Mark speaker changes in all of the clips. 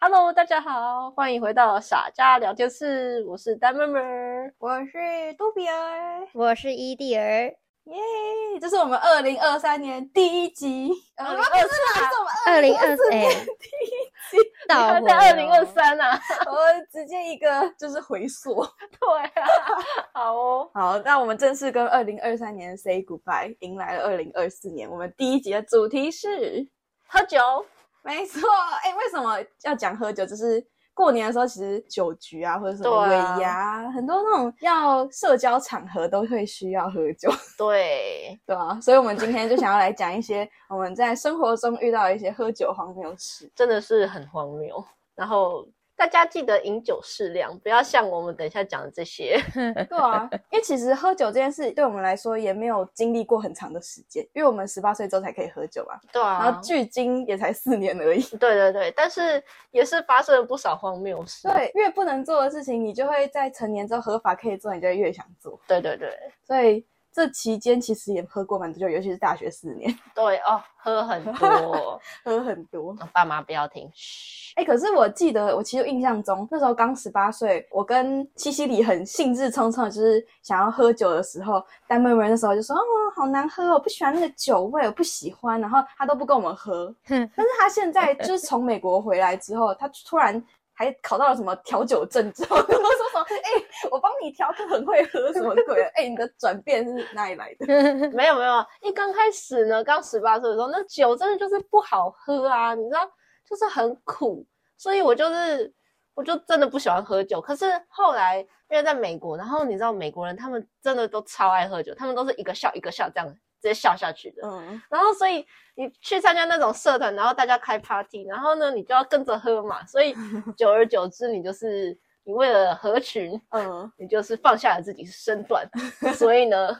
Speaker 1: Hello，大家好，欢迎回到傻家聊天室，我是丹妹妹儿。
Speaker 2: 我是杜比儿，
Speaker 3: 我是伊蒂儿，
Speaker 1: 哦
Speaker 2: 耶！这是我们二零二三年第一集，
Speaker 1: 2023
Speaker 2: 啊不是啦，是我们
Speaker 3: 二零二哎，
Speaker 1: 你
Speaker 3: 倒
Speaker 1: 还
Speaker 3: 回
Speaker 1: 在二零二
Speaker 3: 哦，
Speaker 1: 三啊？
Speaker 2: 二，我直接一个就是回溯。
Speaker 1: 对啊，好哦。
Speaker 2: 好，那我们正式跟二零二三年 say goodbye，迎来了二零二四年。我们第一集的主题是，
Speaker 1: 喝酒，
Speaker 2: 没错，哎、为什么要讲喝酒？就是过年的时候，其实酒局啊，或者什么尾
Speaker 1: 对啊
Speaker 2: 牙、很多那种要社交场合都会需要喝酒。
Speaker 1: 对，
Speaker 2: 对啊，所以我们今天就想要来讲一些我们在生活中遇到的一些喝酒荒谬事。
Speaker 1: 真的是很荒谬。然后大家记得饮酒适量，不要像我们等一下讲的这些。
Speaker 2: 对啊，因为其实喝酒这件事对我们来说也没有经历过很长的时间，因为我们十八岁之后才可以喝酒嘛，
Speaker 1: 对 啊，
Speaker 2: 然后距今也才四年而已。
Speaker 1: 对对对，但是也是发生了不少荒谬事。
Speaker 2: 对，越不能做的事情，你就会在成年之后合法可以做，你就会越想做。
Speaker 1: 对对对
Speaker 2: 所以这期间其实也喝过蛮多酒，尤其是大学四年，
Speaker 1: 对哦，喝很多，
Speaker 2: 喝很多。
Speaker 1: 爸妈不要听。嘘，
Speaker 2: 哎、可是我记得，我其实印象中那时候刚十八岁，我跟西西里很兴致冲冲，就是想要喝酒的时候，但妹妹那时候就说：“哦，好难喝哦，我不喜欢那个酒味，我不喜欢。”然后她都不跟我 们喝。但是她现在就是从美国回来之后，她突然还考到了什么调酒证照，然后 说什么：“哎、我帮你调，她很会喝什么鬼的？哎、你的转变是哪里来的？”
Speaker 3: 哦
Speaker 1: 没有没有，一刚开始呢，刚十八岁的时候，那酒真的就是不好喝啊，你知道，就是很苦，所以我就是我就真的不喜欢喝酒。可是后来因为在美国，然后你知道美国人他们真的都超爱喝酒，他们都是一个笑一个笑这样直接笑下去的。
Speaker 2: 嗯，
Speaker 1: 然后所以你去参加那种社团，然后大家开 party，然后呢你就要跟着喝嘛，所以久而久之，你就是你为了合群，
Speaker 2: 嗯，
Speaker 1: 你就是放下了自己身段，所以呢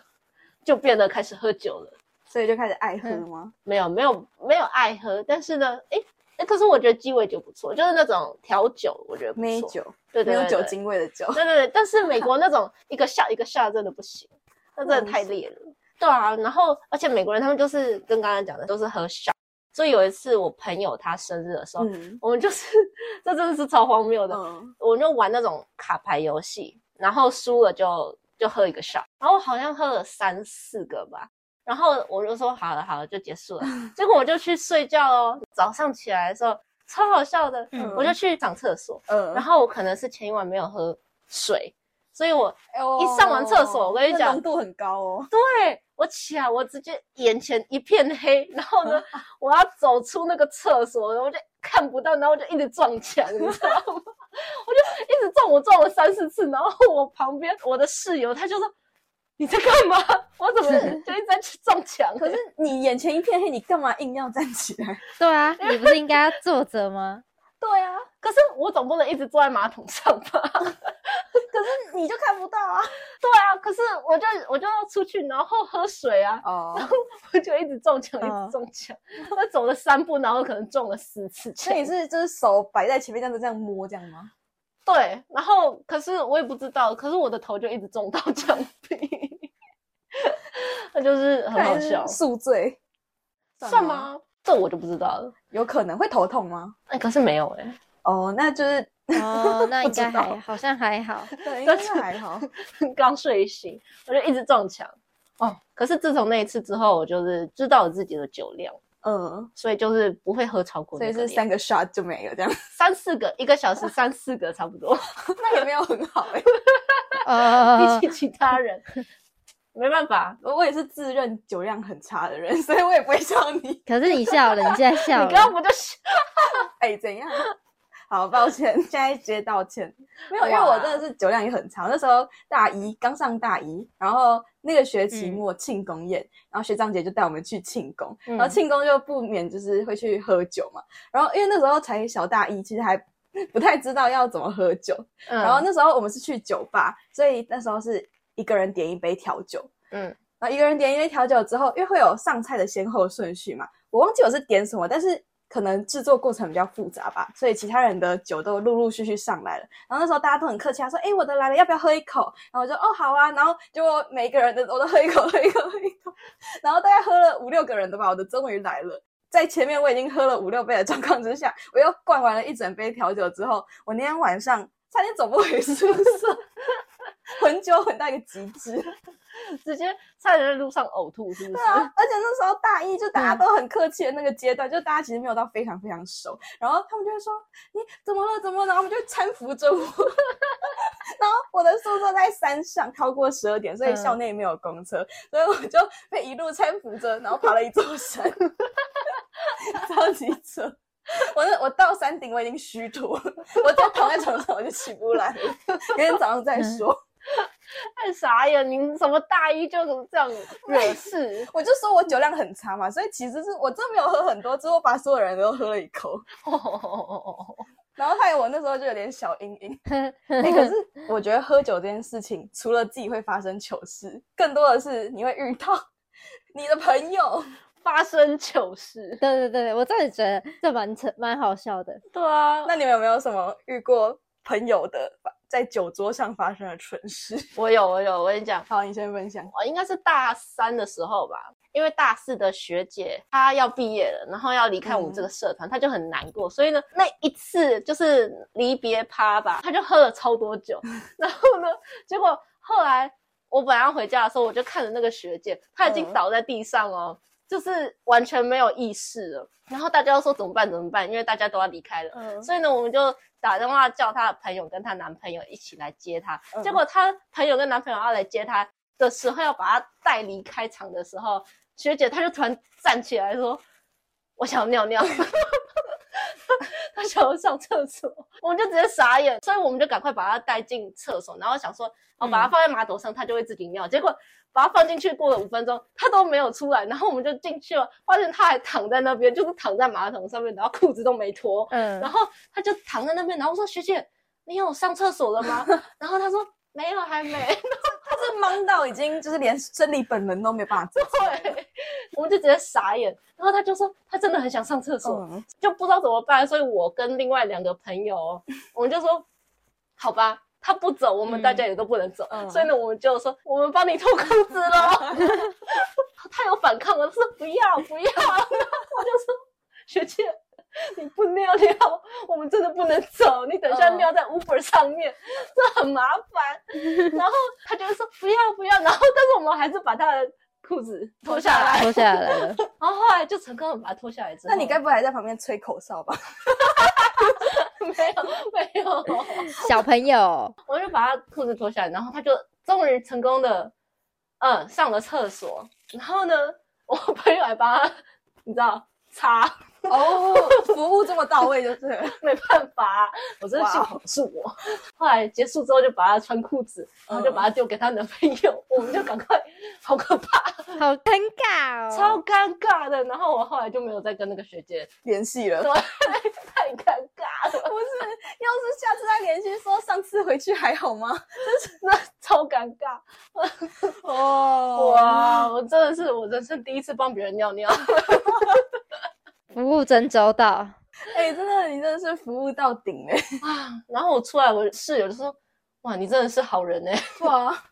Speaker 1: 就变得开始喝酒了。
Speaker 2: 所以就开始爱喝
Speaker 1: 嗯
Speaker 2: 吗？
Speaker 1: 没有没有没有爱喝，但是呢，诶诶可是我觉得鸡尾酒不错，就是那种调酒，我觉得不错。
Speaker 2: 没酒，
Speaker 1: 对，
Speaker 2: 没
Speaker 1: 对
Speaker 2: 有
Speaker 1: 对
Speaker 2: 酒
Speaker 1: 对
Speaker 2: 精味的酒。
Speaker 1: 对对对，但是美国那种一个笑一个笑真的不行，那真的太烈了。对啊，然后而且美国人他们就是跟刚刚讲的都是喝小，所以有一次我朋友他生日的时候，
Speaker 2: 嗯
Speaker 1: 我们就是 这真的是超荒谬的，
Speaker 2: 嗯。
Speaker 1: 我就玩那种卡牌游戏，然后输了就就喝一个 shot，然后我好像喝了三四个吧，然后我就说好了好了就结束了，结果我就去睡觉哦，早上起来的时候超好笑的，
Speaker 2: 嗯
Speaker 1: 我就去上厕所，
Speaker 2: 嗯，
Speaker 1: 然后我可能是前一晚没有喝水，所以我
Speaker 2: 后
Speaker 1: 一上完厕所我跟你讲
Speaker 2: 哎浓度很高哦。
Speaker 1: 对 我起来我直接眼前一片黑，然后 呢我要走出那个厕所，我就看不到，然后我就一直撞墙，你知道吗？ 我就一直撞，我撞了三四次，然后我旁边我的室友他就说。你在干嘛？ 我怎么就一直在撞墙？
Speaker 2: 可是你眼前一片黑，你干嘛硬要站起来？
Speaker 3: 对啊，你不是应该要坐着吗？
Speaker 2: 对啊，
Speaker 1: 可是我总不能一直坐在马桶上吧？
Speaker 2: 你就看不到啊。
Speaker 1: 对啊，可是我就我就要出去，然后喝水啊，
Speaker 2: 哦，
Speaker 1: 我就一直撞墙，一
Speaker 3: 嗯
Speaker 1: 直撞墙。 我走了三步，然后可能撞了四次墙。
Speaker 2: 所以你是就是手摆在前面这样子这样摸这样吗？
Speaker 1: 对，然后可是我也不知道，可是我的头就一直撞到墙壁， 那就是很好笑
Speaker 2: 看来是，宿醉
Speaker 1: 算？吗？这我就不知道了。
Speaker 2: 有可能会头痛吗？
Speaker 1: 哎、可是没有哎、
Speaker 2: 哦，那就是
Speaker 3: 哦，那应该
Speaker 1: 不知道
Speaker 3: 还好像 还好，
Speaker 2: 对，应
Speaker 1: 但
Speaker 2: 该
Speaker 1: 是
Speaker 2: 还好。
Speaker 1: 刚睡醒我就一直撞墙。哦，可是自从那一次之后，我就是知道我自己的酒量，
Speaker 2: 嗯，
Speaker 1: 所以就是不会喝超过
Speaker 2: 所
Speaker 1: 那
Speaker 2: 以
Speaker 1: 个
Speaker 2: 是
Speaker 1: 量。
Speaker 2: 三个 shot 就没了这样，
Speaker 1: 三四个，一个小时三四个差不多，
Speaker 2: 那也没有很好哎、
Speaker 3: 哦
Speaker 1: 比，起其他 人没办法。
Speaker 2: 我我也是自认酒量很差的人，所以我也不会笑你。
Speaker 3: 可是你笑了，你现在
Speaker 1: 你
Speaker 3: 笑
Speaker 1: 刚刚不
Speaker 3: 了，
Speaker 1: 就是
Speaker 2: 哎、怎样？好，抱歉，现在直接道歉。没有，因为我
Speaker 1: 哇
Speaker 2: 真的是酒量也很差。那时候大一刚上大一，然后那个学期末庆功宴，然后学长姐就带我们去庆功，
Speaker 1: 嗯
Speaker 2: 然后庆功就不免就是会去喝酒嘛。然后因为那时候才小大一，其实还 不太知道要怎么喝酒。然后
Speaker 1: 嗯
Speaker 2: 那时候我们是去酒吧，所以那时候是一个人点一杯调酒，
Speaker 1: 嗯
Speaker 2: 然后一个人点一杯调酒之后，因为会有上菜的先后顺序嘛，我忘记我是点什么，但是可能制作过程比较复杂吧，所以其他人的酒都陆陆续续上来了。然后那时候大家都很客气，他说：“哎、我的来了，要不要喝一口？”然后我就：“哦，好啊。”然后结果每一个人的我都喝一口，喝一口，喝一口。然后大概喝了五六个人的吧，我的终于来了。在前面我已经喝了五六杯的状况之下，我又灌完了一整杯调酒之后，我那天晚上差点走不回宿舍， 混酒混到一个极致。
Speaker 1: 直接差点在路上呕吐，是不
Speaker 2: 对
Speaker 1: 是？
Speaker 2: 啊，而且那时候大一就大家都很客气的那个阶段，就大家其实没有到非常非常熟，然后他们就会说你怎么了怎么了，然后他们就会搀扶着我， 然后我的宿舍在山上，超过十二点，所以
Speaker 3: 嗯
Speaker 2: 校内没有公车，所以我就被一路搀扶着，然后爬了一座山， 超级扯。我那我到山顶我已经虚脱了，我再躺在床上我就起不来了，明天早上再说。
Speaker 1: 太傻眼！你们怎么大一就这样惹 事？
Speaker 2: 我就说我酒量很差嘛，所以其实是我真没有喝很多，只是我把所有人都喝了一口，然后害我那时候就有点小阴 影。欸可是我觉得喝酒这件事情，除了自己会发生糗事，更多的是你会遇到你的朋友。
Speaker 1: 发生糗事。
Speaker 3: 对对对，我真的觉得这蛮扯蛮好笑的。
Speaker 1: 对啊，
Speaker 2: 那你们有没有什么遇过朋友的在酒桌上发生的蠢事？
Speaker 1: 我有，我有，我跟你讲，
Speaker 2: 好，你先分享。
Speaker 1: 我应该是大三的时候吧，因为大四的学姐她要毕业了，然后要离开我们这个社团，她就很难过，所以呢，那一次就是离别趴吧，她就喝了超多酒，然后呢，结果后来我本来要回家的时候，我就看着那个学姐，她已经
Speaker 2: 嗯
Speaker 1: 倒在地上哦，就是完全没有意识了，然后大家都说怎么办怎么办，因为大家都要离开了，
Speaker 2: 嗯，
Speaker 1: 所以呢，我们就打电话叫她的朋友跟她男朋友一起来接她。
Speaker 2: 嗯
Speaker 1: 结果她朋友跟男朋友要来接她的时候，要把她带离开场的时候，学姐她就突然站起来说：“我想要尿尿。” 她想要上厕所，我们就直接傻眼，所以我们就赶快把她带进厕所，然后想说，哦，把她
Speaker 2: 嗯
Speaker 1: 放在马桶上，她就会自己尿。结果把她放进去，过了五分钟，她都没有出来，然后我们就进去了，发现她还躺在那边，就是躺在马桶上面，然后裤子都没脱，
Speaker 3: 嗯
Speaker 1: 然，后他就躺在那边，然后我说学姐，你有上厕所了吗？然后他说没有，还没。
Speaker 2: 他是忙到已经就是连生理本能都没办法做。
Speaker 1: 对，我们就直接傻眼。然后他就说他真的很想上厕所，
Speaker 2: 嗯，
Speaker 1: 就不知道怎么办，所以我跟另外两个朋友哦，我们就说好吧。他不走，我们大家也都不能走，
Speaker 2: 嗯
Speaker 1: 所以呢，我们就说我们帮你脱裤子了。 他有反抗了，他说不要不要， 然后我就说学姐，你不尿尿，我们真的不能走，你等一下
Speaker 2: 嗯
Speaker 1: 尿在 Uber 上面，这很麻烦。然后他就说不要不要，然后但是我们还是把他的裤子脱下来，
Speaker 3: 脱下来了。
Speaker 1: 然后后来就成功的把他脱下来之后，
Speaker 2: 那你该不会还在旁边吹口哨吧？
Speaker 1: 没有没有，
Speaker 3: 小 朋友，
Speaker 1: 我就把他裤子脱下来，然后他就终于成功的，嗯，上了厕所。然后呢，我朋友还帮他，你知道擦，
Speaker 2: 哦， 服务这么到位就是了。
Speaker 1: 没办法，我真的幸好是我。后来结束之后就把他穿裤子，然后就把他丢给他男朋友，我们就赶快，好可怕，
Speaker 3: 好尴尬哦，
Speaker 1: 超尴尬的。然后我后来就没有再跟那个学姐，
Speaker 2: 联系了
Speaker 1: 对，太尴尬了，
Speaker 2: 不是，要是下次再联系说上次回去还好吗？
Speaker 1: 那超尴尬。
Speaker 2: 哦
Speaker 1: 哇，我真的是我人生第一次帮别人尿尿。
Speaker 3: 服务真周到。
Speaker 2: 哎、真的，你真的是服务到顶哎、
Speaker 1: 啊，然后我出来，我室友就说：“哇，你真的是好人哎、
Speaker 2: 哇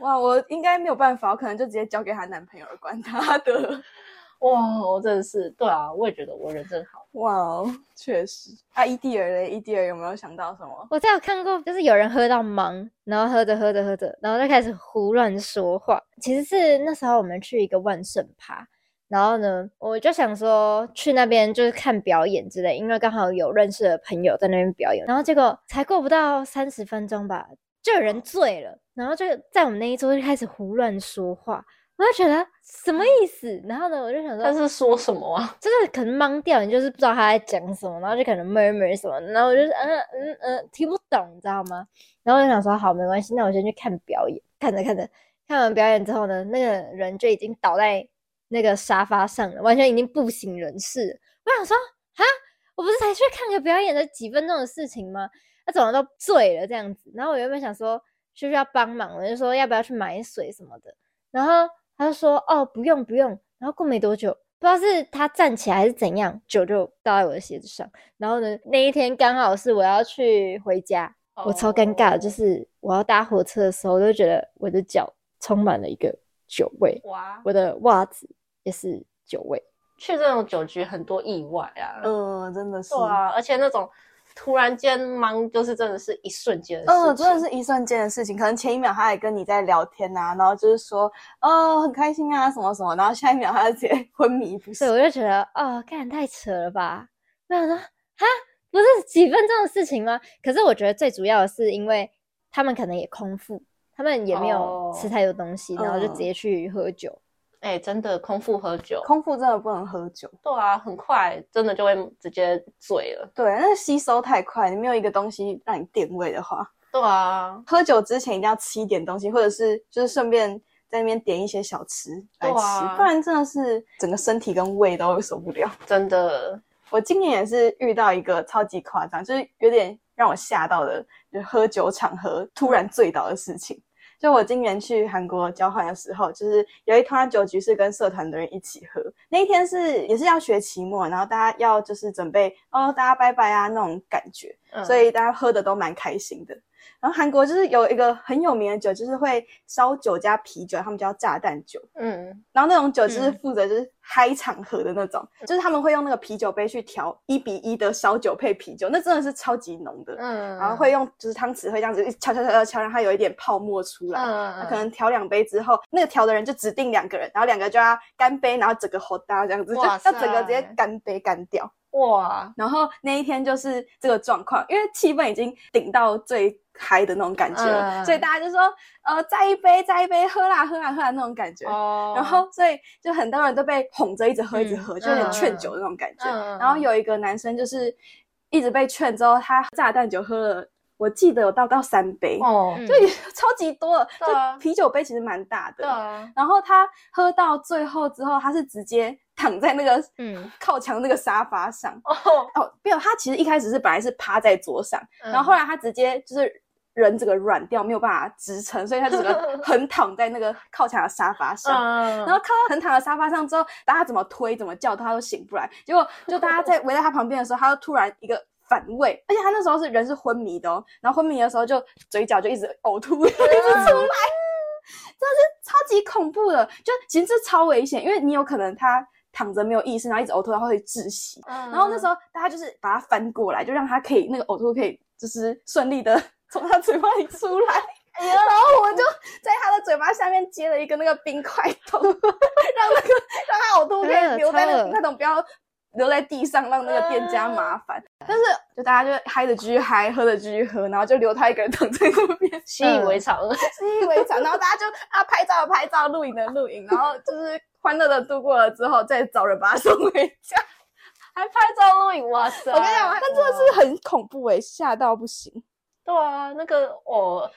Speaker 2: 哇，我应该没有办法，我可能就直接交给她男朋友了，管他的。
Speaker 1: 哇，我真的是，对啊，我也觉得我人真好。
Speaker 2: 哇哦，确实。啊，伊蒂尔嘞，伊蒂尔有没有想到什么？
Speaker 3: 我真有看过，就是有人喝到忙，然后喝着喝着喝着，然后就开始胡乱说话。其实是那时候我们去一个万圣趴，然后呢，我就想说去那边就是看表演之类，因为刚好有认识的朋友在那边表演，然后结果才过不到三十分钟吧，就有人醉了，然后就在我们那一桌就开始胡乱说话，我就觉得什么意思？然后呢，我就想说
Speaker 1: 但，是说什么 啊？
Speaker 3: 真的可能懵掉，你就是不知道他在讲什么，然后就可能 murmur 什么，然后我就是嗯嗯嗯听不懂，你知道吗？然后我就想说好没关系，那我先去看表演。看着看着，看完表演之后呢，那个人就已经倒在那个沙发上了，完全已经不省人事了。我想说啊，我不是才去看个表演的几分钟的事情吗？他怎么都醉了这样子？然后我原本想说需不需要帮忙，我就说要不要去买水什么的。然后他就说：“哦，不用不用。”然后过没多久，不知道是他站起来还是怎样，酒就倒在我的鞋子上。然后呢，那一天刚好是我要去回家，我超尴尬的，就
Speaker 1: 哦
Speaker 3: 是我要搭火车的时候，我就觉得我的脚充满了一个酒味，
Speaker 1: 哦哇，
Speaker 3: 我的袜子也是酒味，
Speaker 1: 去这种酒局很多意外啊。
Speaker 2: 嗯，真的是
Speaker 1: 对啊，而且那种突然间忙，就是真的是一瞬间的事情。
Speaker 2: 嗯，真的是一瞬间的事情，可能前一秒他还跟你在聊天呐、然后就是说，哦，很开心啊，什么什么，然后下一秒他就直接 昏迷不
Speaker 3: 所以
Speaker 2: 醒。
Speaker 3: 我就觉得，哦，干太扯了吧！我想说，哈，不是几分钟的事情吗？可是我觉得最主要的是，因为他们可能也空腹，他们也没有吃
Speaker 1: 哦
Speaker 3: 太多东西，然后就
Speaker 2: 嗯
Speaker 3: 直接去喝酒。
Speaker 1: 哎、真的空腹喝酒，
Speaker 2: 空腹真的不能喝酒，
Speaker 1: 对啊，很快真的就会直接醉了。
Speaker 2: 对，那吸收太快，你没有一个东西让你垫胃的话，
Speaker 1: 对啊，
Speaker 2: 喝酒之前一定要吃一点东西，或者是就是顺便在那边点一些小吃来吃，
Speaker 1: 对啊
Speaker 2: 不然真的是整个身体跟胃都受不了。
Speaker 1: 真的，
Speaker 2: 我今年也是遇到一个超级夸张，就是有点让我吓到的，就是喝酒场合突然醉倒的事情。就我今年去韩国交换的时候，就是有一团酒局是跟社团的人一起喝，那一天是也是要学期末，然后大家要就是准备哦，大家拜拜啊那种感觉，
Speaker 1: 嗯、
Speaker 2: 所以大家喝的都蛮开心的。然后韩国就是有一个很有名的酒，就是会烧酒加啤酒，他们叫炸弹酒。
Speaker 1: 嗯，
Speaker 2: 然后那种酒就是
Speaker 1: 嗯
Speaker 2: 负责就是嗨场合的那种，就是他们会用那个啤酒杯去调一比一的烧酒配啤酒，那真的是超级浓的。
Speaker 1: 嗯，
Speaker 2: 然后会用就是汤匙会这样子一敲敲敲敲敲，让它有一点泡沫出来。
Speaker 1: 嗯，
Speaker 2: 那
Speaker 1: 嗯，
Speaker 2: 可能调两杯之后，那个调的人就指定两个人，然后两个就要干杯，然后整个吼搭这样子，就
Speaker 1: 哇
Speaker 2: 要
Speaker 1: 塞
Speaker 2: 整个直接干杯干掉。
Speaker 1: 哇，
Speaker 2: 然后那一天就是这个状况，因为气氛已经顶到最嗨的那种感觉了，
Speaker 1: 嗯
Speaker 2: 所以大家就说呃再一杯再一杯，喝啦喝啦喝啦那种感觉。
Speaker 1: 哦，
Speaker 2: 然后所以就很多人都被哄着一直喝，一直
Speaker 3: 嗯
Speaker 2: 喝，就有点劝
Speaker 1: 嗯
Speaker 2: 酒的那种感觉。
Speaker 1: 嗯
Speaker 2: 然后有一个男生就是一直被劝之后，他炸弹酒喝了，我记得有到到三杯，
Speaker 1: 哦，
Speaker 3: 嗯
Speaker 2: 就也超级多了，
Speaker 1: 对啊
Speaker 2: 就啤酒杯其实蛮大
Speaker 1: 对
Speaker 2: 的。
Speaker 1: 啊，
Speaker 2: 然后他喝到最后之后，他是直接躺在那个
Speaker 3: 嗯
Speaker 2: 靠墙那个沙发上。
Speaker 1: 哦，
Speaker 2: 哦，没有，他其实一开始是本来是趴在桌上，然后后
Speaker 1: 来
Speaker 2: 来他直接就是人整个软掉，没有办法支撑，所以他整个横躺在那个靠墙的沙发上。
Speaker 1: 嗯，
Speaker 2: 然后靠到横躺的沙发上之后，大家怎么推怎么叫他都醒不来。结果就大家在围在他旁边的时候，他就突然一个反胃，而且他那时候是人是昏迷的哦，然后昏迷的时候就嘴角就一直呕吐，一 直出来，真的是超级恐怖的。就其实这超危险，因为你有可能他躺着没有意识，然后一直呕吐，然后会窒息。
Speaker 1: 然
Speaker 2: 然后那时候大家就是把它翻过来，就让它可以那个呕吐可以就是顺利的 从他嘴巴里出来。然后我就在他的嘴巴下面接了一个那个冰块桶， 让那个让他呕吐可
Speaker 3: 哎
Speaker 2: 以
Speaker 3: 呀
Speaker 2: 留在那
Speaker 3: 超
Speaker 2: 个
Speaker 3: 恶
Speaker 2: 冰块桶，不要留在地上，让那个店家麻烦。但是就大家就嗨的继续嗨，喝的继续喝，然后就留他一个人躺在那边，
Speaker 1: 习以为常，
Speaker 2: 习以为常。然后大家就啊拍照的拍照，录影的录影，然后就是欢乐的度过了之后，再找人把他送回家。
Speaker 1: 还拍照录影，哇塞！
Speaker 2: 我跟你讲，但真的
Speaker 1: 哇
Speaker 2: 是很恐怖诶、吓到不行。
Speaker 1: 对啊，那个哦，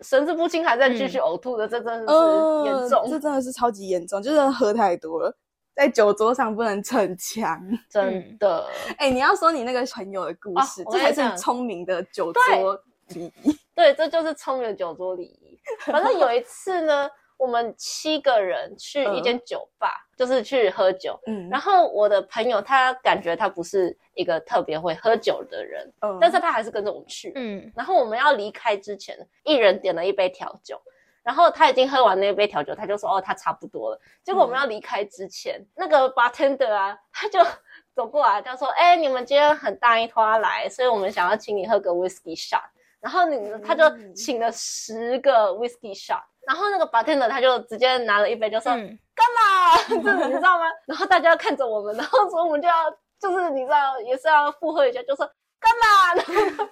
Speaker 1: 神志不清还在继续呕吐的，这真的
Speaker 2: 嗯，
Speaker 1: 是严重，
Speaker 2: 这真的是超级严重，就是喝太多了，在酒桌上不能逞强。
Speaker 1: 真的。
Speaker 2: 哎、你要说你那个朋友的故
Speaker 1: 啊
Speaker 2: 事，
Speaker 1: 我
Speaker 2: 这
Speaker 1: 跟
Speaker 2: 才
Speaker 1: 你
Speaker 2: 是
Speaker 1: 讲
Speaker 2: 聪明的酒
Speaker 1: 对
Speaker 2: 桌礼仪。
Speaker 1: 对，这就是聪明的酒桌礼仪。反正有一次呢，我们七个人去一间酒吧，就是去喝酒。
Speaker 2: 嗯
Speaker 1: 然后我的朋友他感觉他不是一个特别会喝酒的人，
Speaker 2: 后
Speaker 1: 但是他还是跟着我们去。
Speaker 3: 嗯，
Speaker 1: 然后我们要离开之前，一人点了一杯调酒，然后他已经喝完那杯调酒，他就说哦，他差不多了。结果我们要离开之前， 那个 bartender 啊， 他就走过来，他说，哎、你们今天很大一拖来，所以我们想要请你喝个 whisky shot。然后你他就
Speaker 2: 嗯
Speaker 1: 请了十个 whisky shot，然后那个 bartender 他就直接拿了一杯就说、
Speaker 3: 嗯
Speaker 1: 啊，这种你知道吗？ 然后大家看着我们，然后所以我们就要就是你知道也是要附和一下，就说干嘛？ 然后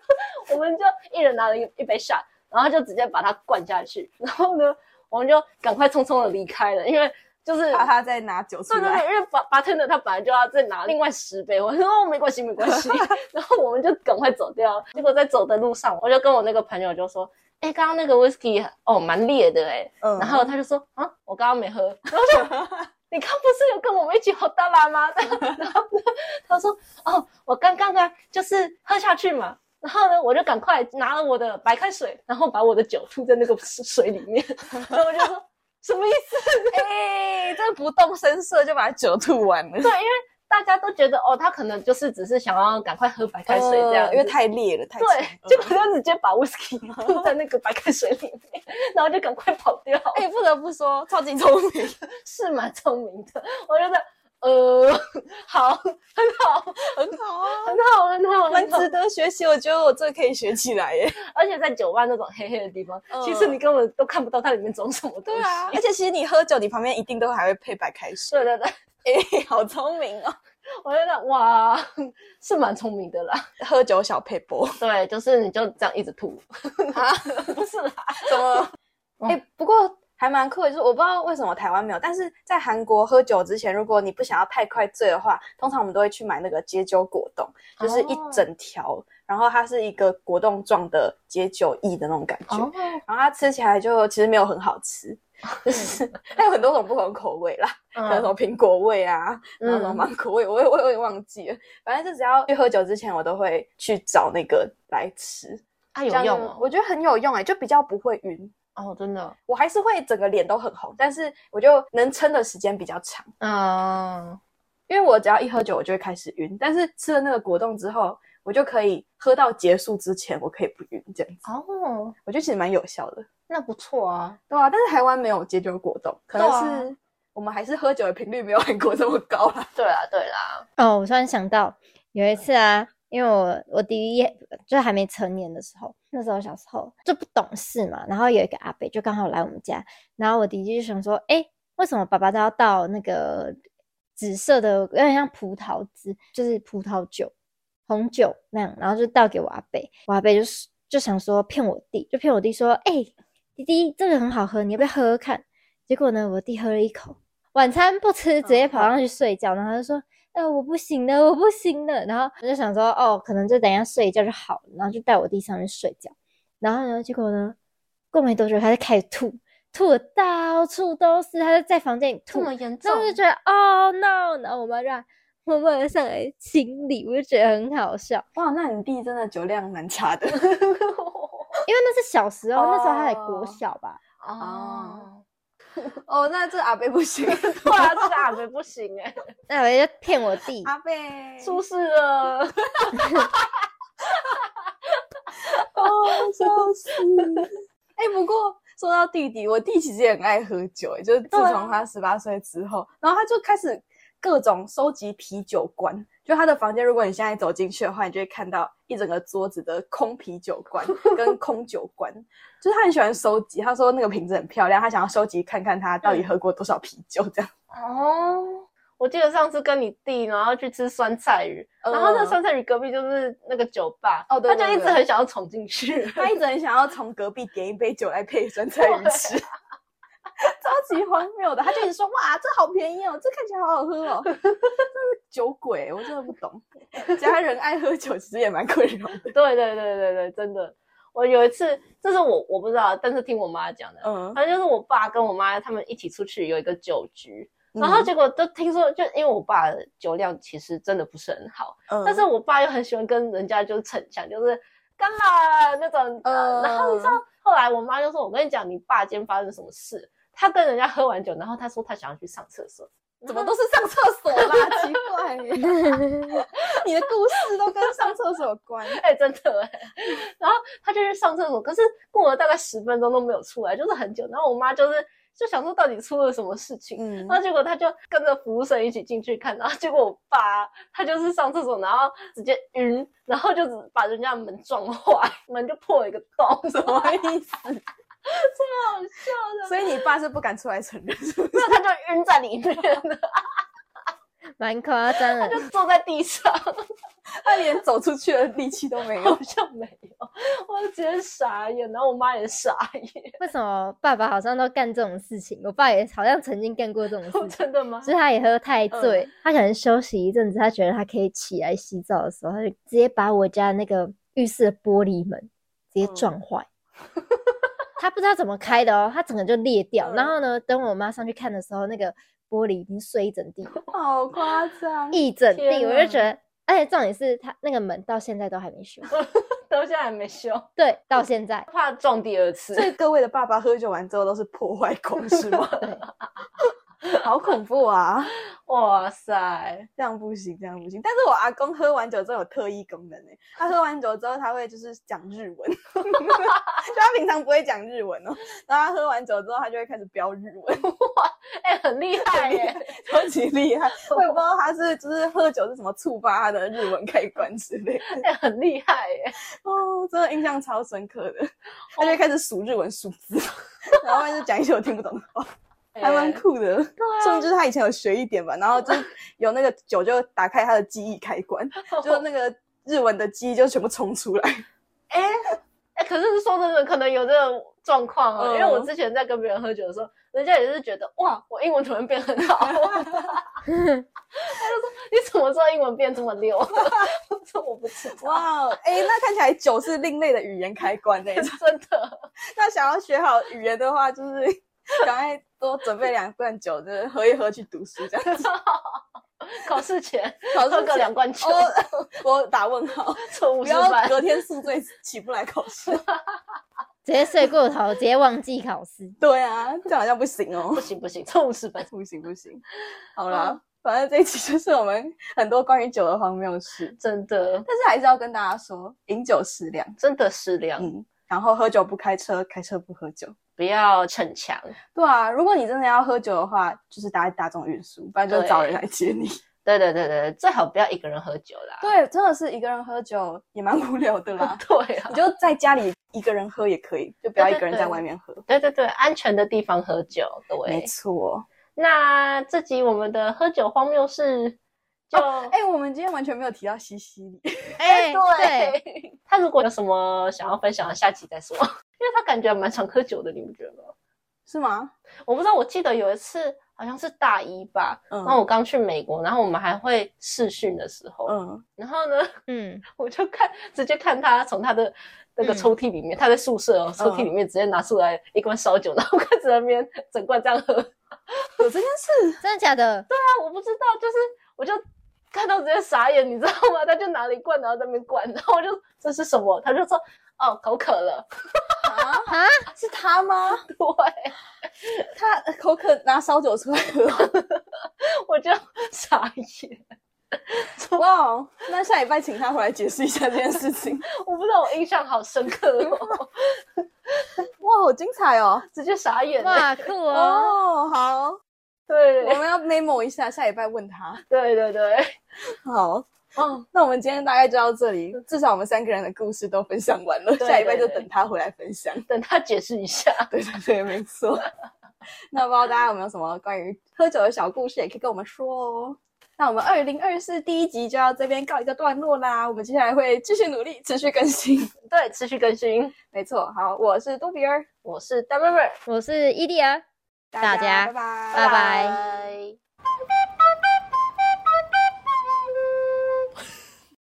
Speaker 1: 我们就一人拿了一一杯 shot，然后就直接把它灌下去，然后呢，我们就赶快匆匆的离开了，因为就是。
Speaker 2: 怕他再拿酒出
Speaker 1: 对对
Speaker 2: 来。
Speaker 1: 对，因为把把天的他本来就要再拿另外十杯，我说哦没关系没关系，然后我们就赶快走掉。结果在走的路上，我就跟我那个朋友就说，哎、刚刚那个 whisky 哦蛮烈的哎、
Speaker 2: 嗯
Speaker 1: 然后他就说啊，我刚刚没喝。 然后我就你刚不是有跟我们一起喝大拉吗？ 然后呢他说哦，我刚刚啊就是喝下去嘛。然后呢，我就赶快拿了我的白开水，然后把我的酒吐在那个水里面。 然后我就说什么意思？
Speaker 2: 哎、这不动声色就把酒吐完了。
Speaker 1: 对，因为大家都觉得哦，他可能就是只是想要赶快喝白开水这样
Speaker 2: 呃
Speaker 1: 子，
Speaker 2: 因为太嗯烈了，太
Speaker 1: 对，结
Speaker 2: 就
Speaker 1: 果他直接把 whisky 吐在那个白开水里面， 然后就赶快跑掉。
Speaker 2: 哎、不得不说，超级聪明。
Speaker 1: 是蛮聪明的，我觉得呃，好，很好，
Speaker 2: 很好啊
Speaker 1: 很，好，很好，
Speaker 2: 蛮
Speaker 1: 很好
Speaker 2: 值。得学习。我觉得我这可以学起来耶。
Speaker 1: 而且在酒吧那种黑黑的地方，
Speaker 2: 嗯
Speaker 1: 其实你根本都看不到它里面装什么东西。
Speaker 2: 而且其实你喝酒，你旁边一定都还会配白开水。
Speaker 1: 啊对对对，
Speaker 2: 哎、好聪明哦！
Speaker 1: 我觉得哇，是蛮聪明的啦。
Speaker 2: 喝酒小配波，
Speaker 1: 对，就是你就这样一直吐，啊 不是啦，
Speaker 2: 怎 么？哎、不过还蛮酷的，就是我不知道为什么台湾没有，但是在韩国喝酒之前，如果你不想要太快醉的话，通常我们都会去买那个解酒果冻，就是一
Speaker 1: 哦
Speaker 2: 整条，然后它是一个果冻状的解酒液的那种感觉，
Speaker 1: 哦，
Speaker 2: 然后它吃起来就其实没有很好 吃。就是它有很多种不同口味啦，还
Speaker 1: 嗯，
Speaker 2: 有什么苹果味啊，然后什么
Speaker 1: 嗯
Speaker 2: 芒果味，我也我有点忘记了。反正就只要去喝酒之前，我都会去找那个来吃，
Speaker 1: 啊
Speaker 2: 这
Speaker 1: 有
Speaker 2: 样
Speaker 1: 用哦，
Speaker 2: 我觉得很有用哎、就比较不会晕。
Speaker 1: 哦，真的，
Speaker 2: 我还是会整个脸都很红，但是我就能撑的时间比较长，
Speaker 1: 嗯，
Speaker 2: 因为我只要一喝酒，我就会开始晕。但是吃了那个果冻之后，我就可以喝到结束之前，我可以不晕，这样子，
Speaker 1: 哦，
Speaker 2: 我觉得其实蛮有效的。
Speaker 1: 那不错啊，
Speaker 2: 对啊，但是台湾没有解酒果冻，可能
Speaker 1: 对啊
Speaker 2: 是我们还是喝酒的频率没有韩国这么高啦。
Speaker 1: 对啦对啦，
Speaker 3: 哦，我突然想到有一次啊，因为我我第一就还没成年的时候，那时候小时候就不懂事嘛，然后有一个阿伯就刚好来我们家，然后我弟弟就想说，哎，为什么爸爸都要倒那个紫色的，有点像葡萄汁，就是葡萄酒、红酒那样，然后就倒给我阿伯，我阿伯就是就想说骗我弟，就骗我弟说，哎，弟弟这个很好喝，你要不要喝喝看？结果呢，我弟喝了一口，晚餐不吃，直接跑
Speaker 1: 哦
Speaker 3: 上去睡觉，然后他就说。呃，我不行了，我不行了。然后我就想说，哦，可能就等一下睡一觉就好了，然后就带我弟上去睡觉。然后呢，结果呢，过没多久他就开始吐，吐的到处都是，他就在房间里
Speaker 1: 这
Speaker 3: 吐，
Speaker 1: 么严重
Speaker 3: 然后我就觉得哦 no，然后我妈让默默的上来清理，我就觉得很好笑，
Speaker 2: 哇，那你弟真的酒量蛮差 的。
Speaker 3: 因为那是小时候，那时候他才国
Speaker 2: 哦
Speaker 3: 小吧，
Speaker 1: 哦，
Speaker 2: 哦，那这阿贝 不行，
Speaker 1: 对啊，这个阿伯不行 哎，
Speaker 3: 那我就骗我弟，
Speaker 2: 阿贝
Speaker 1: 出事了，
Speaker 2: 哦，笑死！哎、不过说到弟弟，我弟其实也很爱喝酒、欸，就是自
Speaker 1: 对啊
Speaker 2: 从他十八岁之后，然后他就开始各种收集啤酒罐。就他的房间，如果你现在走进去的话，你就会看到一整个桌子的空啤酒 罐跟空酒罐。就是他很喜欢收集，他说那个瓶子很漂亮，他想要收集看看他到底
Speaker 1: 嗯
Speaker 2: 喝过多少啤酒这样。
Speaker 1: 哦。我记得上次跟你弟，然后去吃酸菜鱼，然后那个酸菜鱼隔壁就是那个酒吧，
Speaker 2: 嗯哦对对
Speaker 1: 他就一直
Speaker 2: 对
Speaker 1: 很想要闯进去，
Speaker 2: 他一直很想要从隔壁点一杯酒来配酸菜鱼吃，啊 超级荒谬的。他就一直说：“哇，这好便宜哦，这看起来好好喝哦。” 真的是酒鬼，我真的不懂。家人爱喝酒其实也蛮困扰的。
Speaker 1: 对对对对对，真的。我有一次，这是我我不知道，但是听我妈讲的，
Speaker 2: 嗯，
Speaker 1: 反正就是我爸跟我妈他们一起出去有一个酒局，
Speaker 2: 嗯
Speaker 1: 然后结果就听说，就因为我爸的酒量其实真的不是很好，
Speaker 2: 嗯，
Speaker 1: 但是我爸又很喜欢跟人家就是逞强，就是干啦那种。呃
Speaker 2: 嗯
Speaker 1: 然后你知道，后来我妈就说：“我跟你讲，你爸今天发生什么事？他跟人家喝完酒，然后他说他想要去上厕所，
Speaker 2: 怎么都是上厕所啦？ 奇怪耶，你的故事都跟上厕所有关。
Speaker 1: 哎、真的哎、 然后他就去上厕所，可是过了大概十分钟都没有出来，就是很久。然后我妈就是就想说到底出了什么事情，
Speaker 2: 嗯
Speaker 1: 然后结果他就跟着服务生一起进去看，然后结果我爸他就是上厕所，然后直接晕，然后就只把人家门撞坏，门就破了一个洞，什
Speaker 2: 什么意 思？
Speaker 1: 好笑的？
Speaker 2: 所以你爸是不敢出来承认，是不是？
Speaker 1: 没有，他就晕在里面了，
Speaker 3: 蛮夸张的。
Speaker 1: 就坐在地上，
Speaker 2: 他连走出去的力气都 没有
Speaker 1: 好。像没有，我就直接傻眼，然后我妈也傻眼，
Speaker 3: 为什么爸爸好像都干这种事情？我爸也好像曾经干过这种 事情，
Speaker 1: 真的吗？
Speaker 3: 就是他也喝太
Speaker 1: 嗯
Speaker 3: 醉，他可能休息一阵子，他觉得他可以起来洗澡的时候，他就直接把我家那个浴室的玻璃门直接
Speaker 1: 嗯
Speaker 3: 撞坏。他不知道怎么开的哦，他整个就裂掉。然
Speaker 1: 嗯
Speaker 3: 后呢，等我妈上去看的时候，那个玻璃已经碎一整 地了，
Speaker 2: 好夸张！
Speaker 3: 一整
Speaker 1: 天
Speaker 3: 地。我就
Speaker 1: 哪
Speaker 3: 觉得，而且重点是他那个门到现在都还没修，
Speaker 1: 到现在还没修，
Speaker 3: 对，到现在。
Speaker 1: 怕撞第二次
Speaker 2: 所。以各位的爸爸喝酒完之后都是破坏狂，是吗？
Speaker 3: 对，
Speaker 2: 好恐怖啊！
Speaker 1: 哇塞，
Speaker 2: 这样不行，这样不行。但是我阿公喝完酒之后有特异功能诶、他喝完酒之后他会就是讲日文，就他平常不会讲日文哦，然后他喝完酒之后他就会开始飙日文，
Speaker 1: 哎、很厉害耶、
Speaker 2: 超级厉害。我也不知道他是就是喝酒是什么触发他的日文开关之类的
Speaker 1: 哎、很厉害耶、
Speaker 2: 哦，真的印象超深刻的。他就
Speaker 1: 哎
Speaker 2: 会开始数日文数字，然后就讲一些我听不懂的话。还蛮
Speaker 1: 哎
Speaker 2: 酷的，甚至他以前有学一点吧，然后就有那个酒就打开他的记忆开关，就那个日文的记忆就全部冲出来。
Speaker 1: 哎、哎可是说真的，可能有这种状况啊，
Speaker 2: 嗯
Speaker 1: 因为我之前在跟别人喝酒的时候，人家也是觉得哇，我英文突然变很 好，他就说你怎么知道英文变这么溜？ 我说我不知道，
Speaker 2: 哇哦，哎，那看起来酒是另类的语言开关 呢、
Speaker 1: 真的，
Speaker 2: 那想要学好语言的话，就是赶快多准备两罐酒，就是喝一喝去读书这样子。
Speaker 1: 考试前
Speaker 2: 考
Speaker 1: 喝
Speaker 2: 试
Speaker 1: 个
Speaker 2: 前
Speaker 1: 两罐酒，
Speaker 2: 哦，我打问号，
Speaker 1: 错五
Speaker 2: 不
Speaker 1: 十
Speaker 2: 要
Speaker 1: 分。
Speaker 2: 隔天宿醉起不来考试。
Speaker 3: 直接睡过头，直接忘记考试。
Speaker 2: 对啊，这样好像不行哦
Speaker 1: 不。行不行，凑五十分。
Speaker 2: 不行不行，好啦，反正这一期就是我们很多关于酒的荒谬事，
Speaker 1: 真的
Speaker 2: 但是还是要跟大家说，饮酒适量，
Speaker 1: 真的适量，
Speaker 2: 嗯，然后喝酒不开车，开车不喝酒。
Speaker 1: 不要逞强。
Speaker 2: 对啊，如果你真的要喝酒的话，就是搭大众运输，不然就
Speaker 1: 对
Speaker 2: 找人来接你。
Speaker 1: 对对对对，最好不要一个人喝酒啦。，
Speaker 2: 对，真的是一个人喝酒也蛮无聊的啦
Speaker 1: 对啊
Speaker 2: 你，就在家里一个人喝也可以，就不要一个人
Speaker 1: 对对
Speaker 2: 在外面喝。
Speaker 1: 对对对，安全的地方喝酒。
Speaker 2: 没
Speaker 1: 对，
Speaker 2: 错，
Speaker 1: 那这集我们的喝酒荒谬事就
Speaker 2: 哎、我们今天完全没有提到西西里，
Speaker 3: 哎
Speaker 1: 对， 他如果有什么想要分享的，下期再说。 因为他感觉蛮常喝酒的，你不觉得吗？
Speaker 2: 是吗？
Speaker 1: 我不知道，我记得有一次好像是大一吧，
Speaker 2: 嗯
Speaker 1: 然后我刚去美国，然后我们还会试训的时候，
Speaker 2: 嗯，
Speaker 1: 然后呢，
Speaker 3: 嗯，
Speaker 1: 我就看直接看他从他的那个
Speaker 3: 嗯
Speaker 1: 抽屉里面，他在宿舍哦，抽屉里面直接拿出来一罐烧酒，然后开始在那边整罐这样喝。 啊，
Speaker 2: 有这件事，
Speaker 3: 真的假的？
Speaker 1: 我不知道，就是我就看到直接傻眼，你知道吗？他就拿了一罐，然后在那边灌，然后我就这是什么？他就说哦，口渴了。
Speaker 2: 啊
Speaker 3: 啊，
Speaker 2: 是他吗？
Speaker 1: 对，
Speaker 2: 他口渴拿烧酒出来喝。
Speaker 1: 我就傻眼，
Speaker 2: 哇哦，那下礼拜请他回来解释一下这件事情。
Speaker 1: 我不知道，我印象好深刻哦，
Speaker 2: 哇，好精彩哦！
Speaker 1: 直接傻眼了。
Speaker 3: 哇，酷哦！
Speaker 2: 哦，好，
Speaker 1: 对
Speaker 2: 我们要 memo 一下，下礼拜问他。
Speaker 1: 对对对，
Speaker 2: 好，
Speaker 1: 哦，
Speaker 2: 那我们今天大概就到这里，至少我们三个人的故事都分享完了，
Speaker 1: 对
Speaker 2: 下礼拜就等他回来分享。
Speaker 1: 等他解释一下。
Speaker 2: 对对对，没错。 那不知道大家有没有什么关于喝酒的小故事，也可以跟我们说哦。那我们二零二四第一集就要这边告一个段落啦，我们接下来会继续努力，持续更新。
Speaker 1: 对，持续更新。
Speaker 2: 没错，好，我是杜比尔，
Speaker 1: 我是大妹妹，
Speaker 3: 我是伊利亚，大家
Speaker 2: 拜拜，
Speaker 3: 拜拜
Speaker 1: 拜